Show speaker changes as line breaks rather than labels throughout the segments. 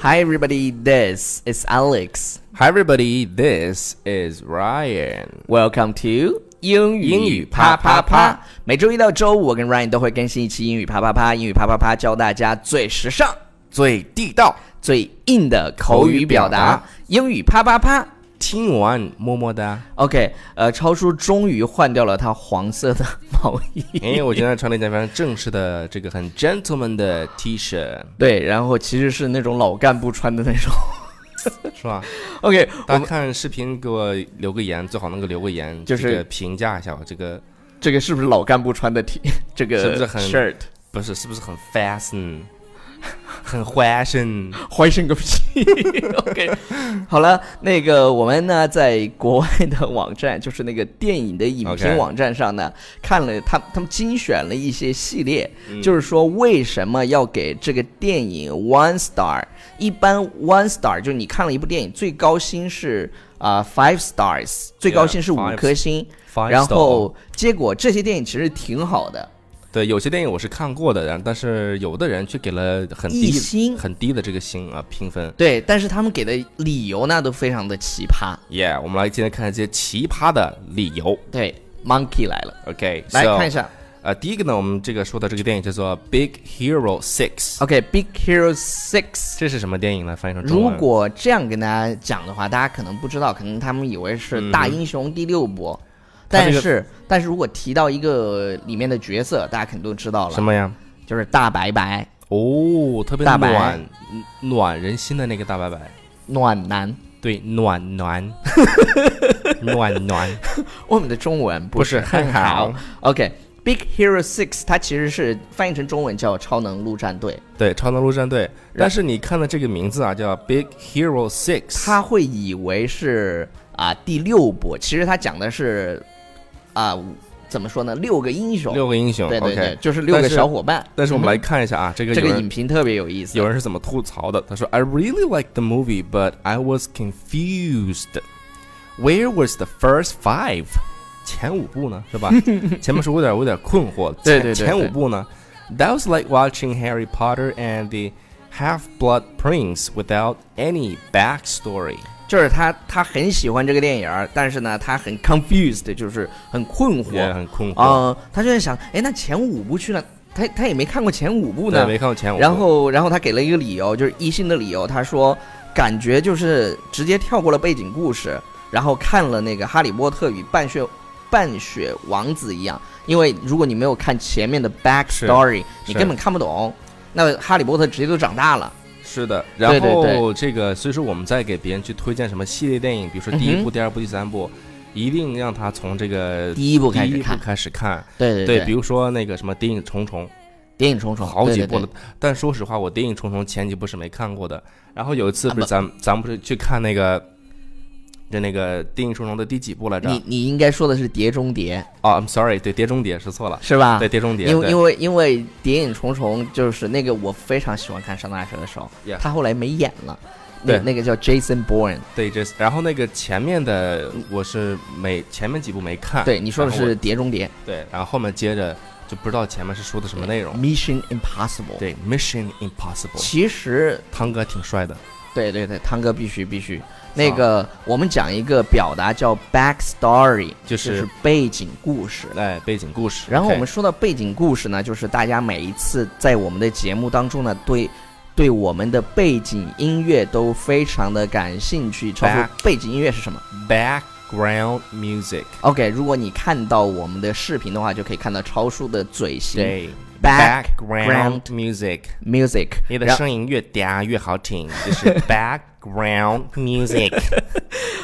Hi everybody, this is Alex.
Hi, everybody. This is Ryan.
Welcome to 英语
英语啪啪啪。
每周一到周五，我跟 Ryan 都会更新一期英语啪啪啪。英语啪啪啪教大家最时尚、
最地道，
最硬的口语表达。英语啪啪啪。
听完么 么哒。
OK，呃，超叔终于换掉了他黄色的毛衣。
因哎为我今天穿了一件非常正式的，这个很 gentleman 的 T 恤，
对，然后其实是那种老干部穿的那种。
是吧？
OK，
大家看视频给我留个言，最好能够留个言，
就是
这个评价一下我这个
这个是不是老干部穿的 T？这个
是不是很
shirt？
不是是不是很 fashion，很 fashion。
欢声个屁 ！OK，好了，那个我们呢，在国外的网站，就是那个电影的影评
OK
网站上呢看了他他们精选了一些系列，就是说为什么要给这个电影 one star？一般 one star 就你看了一部电影，最高星是啊、five stars，最高星是五
five
颗星
Five
然后结果这些电影其实挺好的，
对，有些电影我是看过的，然后但是有的人却给了很
一
低
星
很低的这个星啊评分。
对，但是他们给的理由呢都非常的奇葩，
Yeah，我们来今天看看这些奇葩的理由。
对，monkey 来了。
OK，
来
so-
看一下。
呃，第一个呢，我们这个说的这个电影叫做《Big Hero
啊
Six》，
OK，Big、Hero Six。
这是什么电影呢？翻译成中
如
文
果这样跟大家讲的话，大家可能不知道，可能他们以为
嗯
是《大英雄》第六部，
它
但
这个
是、但是如果提到一个里面的角色，大家肯定都知道
什
了，
么呀？
就是大白白
哦，特别
大白
暖暖人心的那个大白白，
暖男。
对，暖暖暖暖，
我们的中文
不
是
是很好。
OK，Big、Hero Six 它其实是翻译成中文叫超能陆战队，
对，超能陆战队。但是你看的这个名字啊，叫《Big Hero Six》，
他会以为是啊、第六部，其实他讲的是啊、怎么说呢？六个英雄，
六个英雄
对对对
嗯 OK，
就是六个小伙伴。嗯
但是我们来看一下啊，这个
这
有
个
人
影评特别有意思。
有人是怎么吐槽的？他说：“I really liked the movie, but I was confused. Where was the first five？前五部呢？ 是吧？前面是我有点我有点困惑。
对对
前
对对
前五部呢？That was like watching Harry Potter and the Half-Blood Prince without any backstory。
就是他他很喜欢这个电影儿，但是呢，他很 confused，就是很困惑。
也很困惑。
嗯、他就在想，哎，那前五部去了，他他也没看过前五部
对，
呢。
没看过前五部。
然后然后他给了一个理由，就是一星的理由，他说感觉就是直接跳过了背景故事，然后看了那个《哈利波特与半血半血王子》一样，因为如果你没有看前面的 backstory，你
是
根本看不懂。那哈利波特直接就长大了。
是的，
对对
然后这个，所以说我们在给别人去推荐什么系列电影，比如说第一
嗯
部、第二部、第三部，一定让他从这个
第一部开
第
始
一部
看，
开始看，
对对
比如说那个什么《谍影重重
谍影重重》，
好几
对
部
对
了
对。
但说实话，我《谍影重重》前几部是没看过的。然后有一次
啊
不是
不
咱们咱们不是去看那个，就那个《谍影重重》的第几部来着？
你你应该说的是《碟中谍
哦，I'm sorry，对，《碟中谍》说错了》，
是吧？
对，《碟中谍》
啊因为
对
因为因为《谍影重重》就是那个我非常喜欢看上大学的时候
Yeah
他后来没演了，那
对
那个叫 Jason Bourne，
对这。然后那个前面的我是没前面几部没看，
对你说的
然后
是《碟中谍
我对，然后后面接着就不知道前面是说的什么内》容。
Mission Impossible。，
对，《Mission Impossible》，
其实
汤哥挺帅的，
对对对，汤哥必须必须。那个我们讲一个表达叫 backstory，就
就
是是背景故事。
哎，背景故事。
然后
OK
我们说到背景故事呢，就是大家每一次在我们的节目当中呢，对对我们的背景音乐都非常的感兴趣。超出
Back
背景音乐是什么
background music。
？OK，如果你看到我们的视频的话，就可以看到超叔的嘴型
对
Background
background music，
music。
你的
然
声音越嗲越 好听，就是 background music。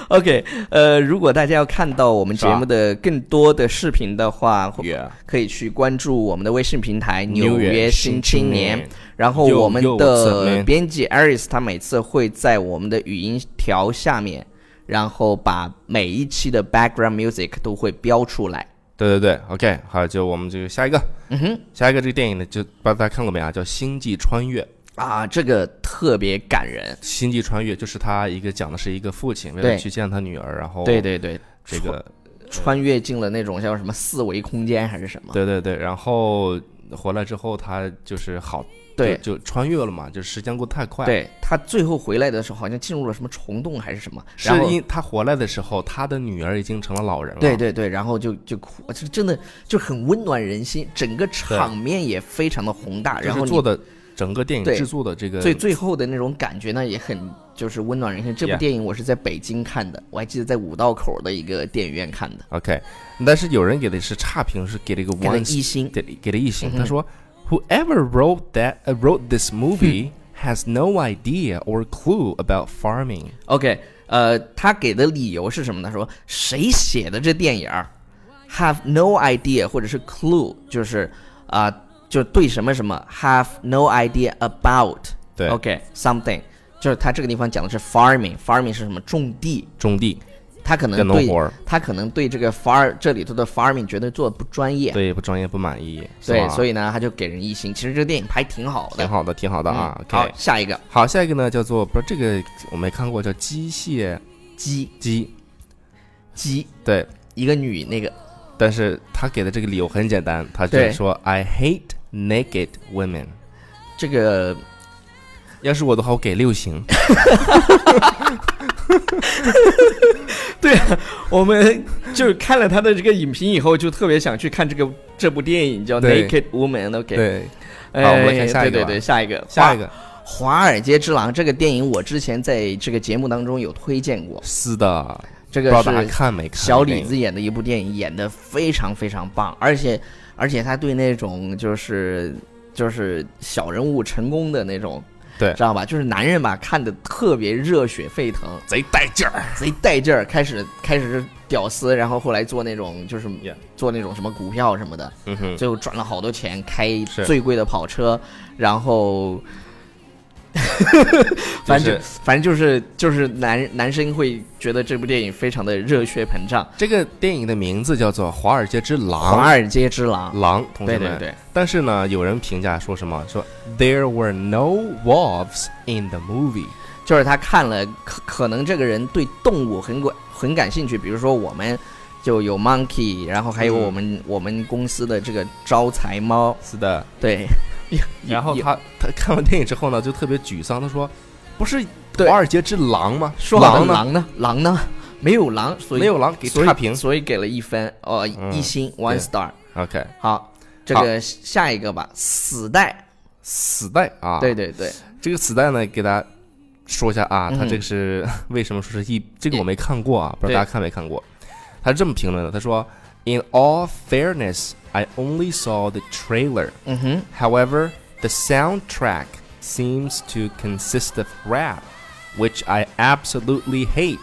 OK，呃，如果大家要看到我们节
是吧
目的更多的视频的话，或
Yeah
可以去关注我们的微信平台《纽
纽约
约
新
新青
青
年》
年
然后
Yo,
我们
yo, what's up,
的
man?
编辑 Aris 他每次会在我们的语音条下面，然后把每一期的 background music 都会标出来。
对对对，OK，好，就我们这个下一个，
嗯哼，
下一个这个电影呢，就不知道大家看过没啊？叫《星际穿越》。《
啊，这个特别感人。
星际穿越》就是他一个讲的是一个父亲为
对
了去见他女儿，然后
对对对，
这个
穿越进了那种叫什么四维空间还是什么？
对对对，然后回来之后他就是好
对
就就穿越了嘛，就是时间过得太快。，
对他最后回来的时候，好像进入了什么虫洞还是什么，
是
然后
因他回来的时候，他的女儿已经成了老人了。
对，对对，然后就就哭，就真的就很温暖人心，整个场面也非常的宏大，然
然
后
后
你
做的整个电影
对
制作的这个
最最后的那种感觉呢，也很就是温暖人心。这部
Yeah
电影我是在北京看的，我还记得在五道口的一个电影院看的，
OK，但是有人给的是差评，是给了一个
给了
one
一星。嗯
给给了一星，他说，Whoever wrote that、uh, wrote this movie has no idea or clue about farming。
OK，呃，他给的理由是什么呢？说谁写的这电影儿，have no idea 或者是 clue，就是啊、就对什么什么 have no idea about。
对
OK something，就是他这个地方讲的是 farming，farming 是什么？种地。
种地
他可
干
能
农
对
活儿，
他可能对这个 far 这里头的 farming 觉得做的不专业，
对不专业不满意，
对，所
以
以呢他就给人一星。其实这个电影拍挺好的，
挺好的，挺好的
嗯
啊。
好
OK，，
下一个
好，下一个呢叫做不是这个我没看过，叫机械
鸡
鸡，
鸡，
对，
一个女那个
但是他给的这个理由很简单，他就
对
是说 I hate naked women。
这个
要是我的话，我给六星。
我们就是看了他的这个影评以后，就特别想去看这个这部电影，叫《
对
Naked Woman》。OK，
对，
哎
好我们看下一个
对对
吧
对，下一个，
下一个
《华尔街之狼》这个电影，我之前在这个节目当中有推荐过，
是的，
这
不知道
个
大家
是
看没看？
小李子演的一部电影，演的非常非常棒，而且而且他对那种就是就是小人物成功的那种。
对
知道吧？就是男人吧，看的特别热血沸腾，
贼带劲儿。
贼带劲儿。开始开始是屌丝，然后后来做那种就是
Yeah
做那种什么股票什么的，
嗯哼，
最后赚了好多钱，开
是
最贵的跑车，然后， 反正就、
就是
反正就是就是男男生会觉得这部电影非常的热血膨胀，
这个电影的名字叫做《华尔街之
《
狼
华》，尔街之狼》
狼，
啊
同
对啊嗯
学
对
们。
对，
但是呢，有人评价说什么？说 There were no wolves in the movie。
就是他看了，可可能这个人对动物很感很感兴趣，比如说我们。就有 monkey，然后还有
嗯
我们、我们公司的这个招财猫，
是的。
对，
然后
有
他他看完电影之后呢，就特别沮丧，他说：“不是
对
《华尔街之狼》吗？
说好的
狼呢？
狼呢？狼呢？没有狼，所以
没有狼，给
所以
差评。
所以给了一分，哦，
嗯
一星 one
对
star。
”OK，
好，这个下一个吧，死带。
死带啊，
对，对对，
这个死带呢，给大家说一下啊，
嗯
他这个是为什么说是一，这个我没看过啊，不知
对
道大家看没看过。他是这么评论的，他说：“In all fairness, I only saw the trailer.
嗯哼，
However, the soundtrack seems to consist of rap, which I absolutely hate.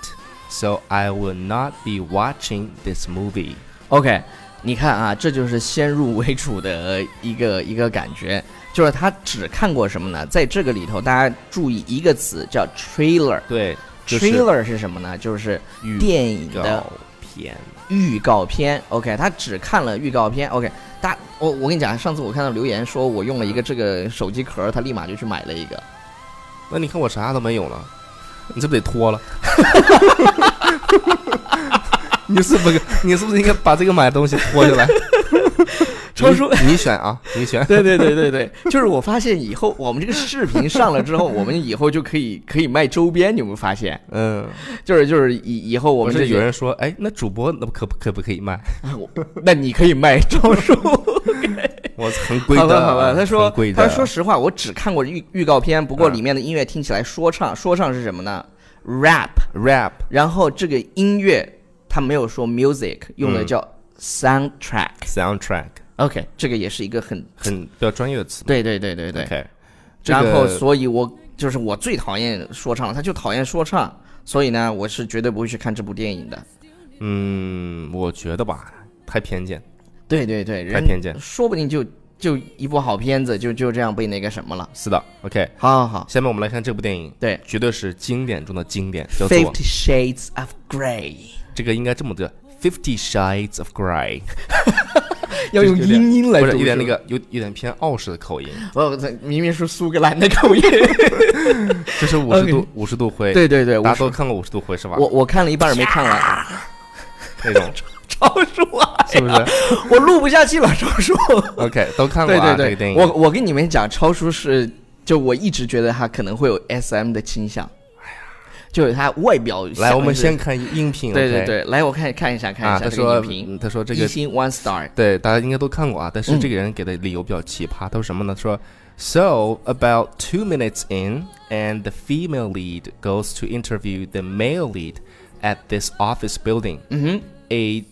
So I will not be watching this movie.
OK，你看啊，这就是先入为主的一个一个感觉，就是他只看过什么呢？在这个里头，大家注意一个词叫 trailer。
对，就是
trailer 是什么呢？就是电影的
片
预告片。OK，他只看了预告片。OK，大我我跟你讲，上次我看到留言说我用了一个这个手机壳，他立马就去买了一个。
那你看我啥都没有了，你这不得脱了？ 你是不是你是不是应该把这个买的东西脱下来？
超叔
你，你选啊，你选。
对对对对对， 就是我发现以后我们这个视频上了之后，我们以后就可以可以卖周边，你有没有发现？
嗯，
就是就是以以后我
不
们
是
这
有
些，
人说，哎，那主播那不可不可不可以卖？
那你可以卖招 数。
我很贵的，
好吧好吧，他说
很贵的
他说实话，我只看过预预告片，不过
嗯
里面的音乐听起来说唱，说唱是什么呢？rap，
rap
然后这个音乐他没有说 music，用的
嗯
叫 soundtrack。
soundtrack
OK，这个也是一个很
很比较专业的词。
对对对对对。
OK，这
然后，
个
所以我就是我最讨厌说唱了，他就讨厌说唱，所以呢，我是绝对不会去看这部电影的。
嗯，我觉得吧，太偏见，
对对对，
太
人
偏见。
说不定就就一部好片子就就这样被那个什么了。
是的，OK。
好好好，
下面我们来看这部电影，
对
绝对是经典中的经典，叫做
，Fifty Shades of Grey
这个应该这么的，Fifty Shades of Grey，
要用英音来
不
读，
是有点那
是吧，
个有有点偏澳式的口音，
我这哦明明是苏格兰的口音。
这是五十度五十度灰，
对对对，我
大家都看过五十度灰是吧？
我我看了一半儿没看完，
那种
超叔啊，
是不是
我录不下去了，超叔。
？OK，都看过
对对
啊这
对，
个电影。
我我跟你们讲，超叔是就我一直觉得他可能会有 S M 的倾向，就是他外表像是。
来，我们先看音频。
对对
OK
对，来我看看一下看
啊，
一下
他
这个
说
影评，
他说这
一
个
星 one star，
对大家应该都看过啊，但是
嗯
这个人给的理由比较奇葩，他说什么呢？说 So about two minutes in, and the female lead goes to interview the male lead at this office building,
嗯哼，
a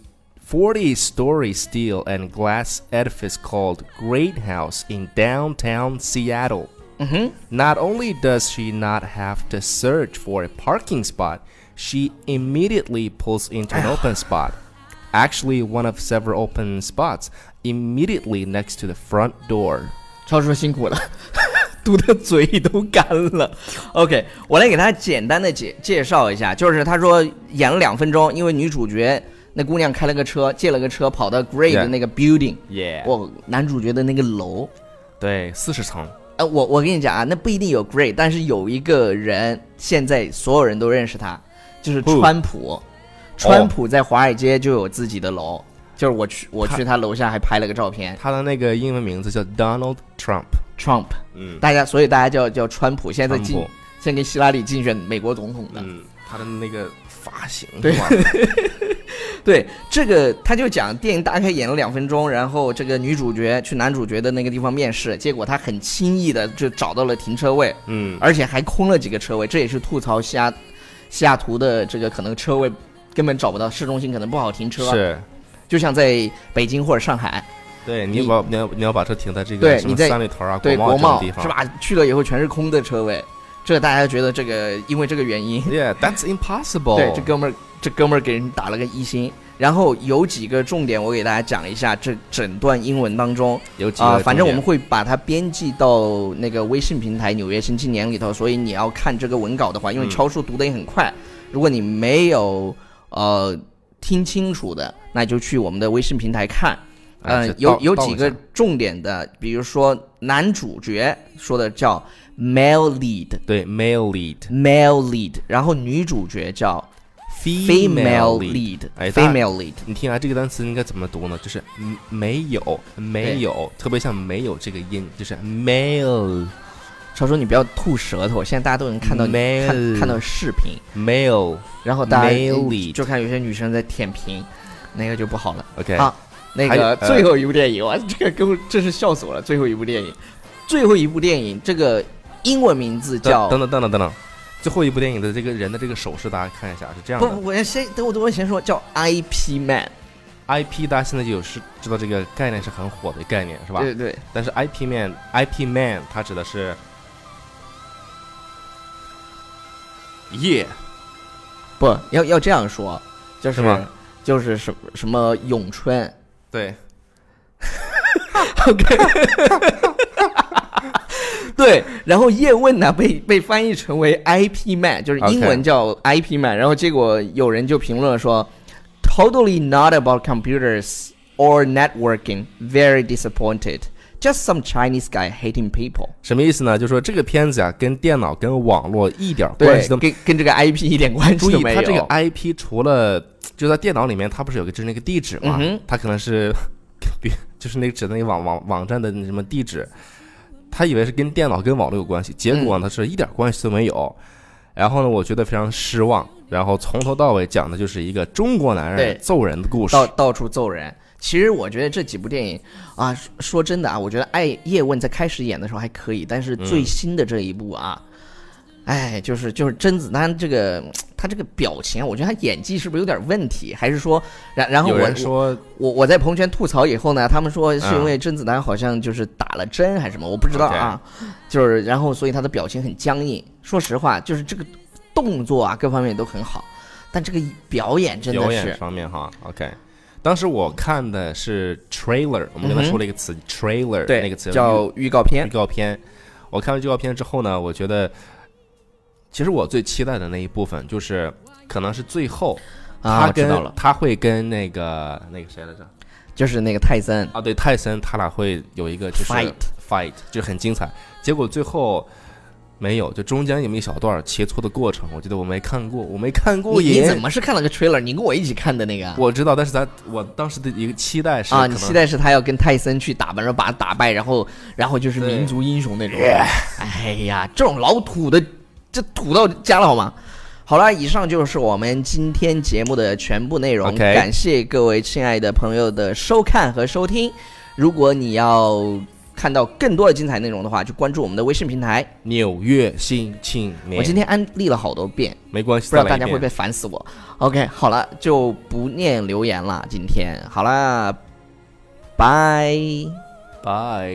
40-story steel and glass edifice called Great House in downtown Seattle.
嗯哼，
Not only does she not have to search for a parking spot, she immediately pulls into an open spot. Actually, one of several open spots immediately next to the front door.
超叔辛苦了， 堵的嘴都干了。OK，我来给大家简单的介介绍一下，就是他说演了两分钟，因为女主角那姑娘开了个车，借了个车跑到 Gray 的
Yeah
那个 building，
Yeah，
我男主角的那个楼。
对，四十层，
呃，我我跟你讲啊，那不一定有 Gray，但是有一个人现在所有人都认识他，就是
Who？哦
川普。川普在华尔街就有自己的楼，就是我去我去他楼下还拍了个照片。
他的那个英文名字叫 Donald Trump。
Trump，
嗯
大家所以大家叫叫川普，现在在
川
竞
普
现在跟希拉里竞选美国总统的。
嗯，他的那个发型，
对
哇，
对这个，他就讲电影大概演了两分钟，然后这个女主角去男主角的那个地方面试，结果她很轻易的就找到了停车位，
嗯，
而且还空了几个车位，这也是吐槽西雅西雅图的这个可能车位根本找不到，市中心可能不好停车，
是，
就像在北京或者上海，
对你
你
把你要你要把车停在这个
对
什么
你在
三里屯啊、
对国
贸
贸
这种地方，
是吧？去了以后全是空的车位，这大家觉得这个因为这个原因，
？Yeah，that's impossible。
对，这哥们儿，这哥们儿给人打了个一星。然后有几个重点，我给大家讲一下这整段英文当中
有几个
啊、反正
重
我
点
们会把它编辑到那个微信平台《纽约新青年》里头，所以你要看这个文稿的话，因为
嗯
超叔读的也很快，如果你没有呃听清楚的，那就去我们的微信平台看。
哎
呃
是，
有
倒
有
倒
几
一
个
下
重点的，比如说男主角说的叫 male lead。
对 male lead
male lead，然后女主角叫
female
female
lead。
lead，
哎大
female lead，
你听啊，这个单词应该怎么读呢？就是嗯没有，没有，特别像没有这个音，就是 male
超叔你不要吐舌头，现在大家都能看到你
Male
看看到视频，
male。
然后大家
Male lead
就看有些女生在舔屏，那个就不好了。
OK，
啊那
还有
个
呃
最后一部电影，哇，这个给我真是笑死我了！最后一部电影，最后一部电影，这个英文名字
等
叫
等等等等等等，最后一部电影的这个人的这个手势，大家看一下是这样
不
的
不，。我先等我等我先说，叫 IP Man，
IP 大家现在就有是知道这个概念是很火的概念是吧？
对对，
但是 IP man，IP man 它指的是夜
不要要这样说，就是是
吗
就是什么什么咏春，
对
对，然后叶问呢被被翻译成为 IP man，就是
OK
英文叫 IP man，然后结果有人就评论说，totally not about computers or networking, very disappointed. Just some Chinese guy hating people，
什么意思呢？就是说这个片子啊，跟电脑跟网络一点关
对
系都，没
跟跟这个 IP 一点关
注
系都
意，
没
它
有。
这个 IP 除了就在电脑里面，它不是有个就是那个地址
嗯
嘛
哼？
它可能是比 就是那个指的那个网网网站的那什么地址，他以为是跟电脑跟网络有关系，结果呢
嗯
它是一点关系都没有。然后呢，我觉得非常失望。然后从头到尾讲的就是一个中国男人
对
揍人的故事。
到到处揍人。其实我觉得这几部电影啊，说说真的啊，我觉得《爱叶问》在开始演的时候还可以，但是
嗯
最新的这一部啊，哎，就是就是甄子丹这个他这个表情，我觉得他演技是不是有点问题？还是说，然然后
有
我
人说
我我在朋友圈吐槽以后呢，他们说是
嗯
因为甄子丹好像就是打了针还是什么，我不知道啊，就是然后所以他的表情很僵硬。说实话，就是这个动作啊，各方面都很好，但这个表演真
表
的
演
是。
方面哈，OK。当时我看的是 trailer，我们刚
嗯
才
哼
说了一个词、trailer，
对，
那个词
叫预告片
预。告片。我看完预告片之后呢，我觉得，其实我最期待的那一部分就是，可能是最后
啊，
他
我知
跟、
道了，
他会跟那个那个谁来着？
就是那个泰森
啊，对，泰森他俩会有一个就是
Fight
fight，就很精彩。结果最后没有，就中间有没有一小段切磋的过程，我记得我没看过，我没看过
你
瘾。
你怎么是看了个 trailer？你跟我一起看的那个啊？
我知道，但是咱我当时的一个期待是
啊，
可
你
能
期待是他要跟泰森去打，完了把他打败，然后然后就是民族英雄那种。哎呀，这种老土的，这土到家了好吗？好了，以上就是我们今天节目的全部内容
OK
感谢各位亲爱的朋友的收看和收听。如果你要看到更多的精彩内容的话，就关注我们的微信平台。
纽约新青年。
我今天安利了好多遍，
没关系，
不知道
再
大
来一
家会不会
遍
烦死我。OK，好了，就不念留言了。今天好了，拜。
拜。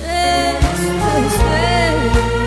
Stay, stay, stay.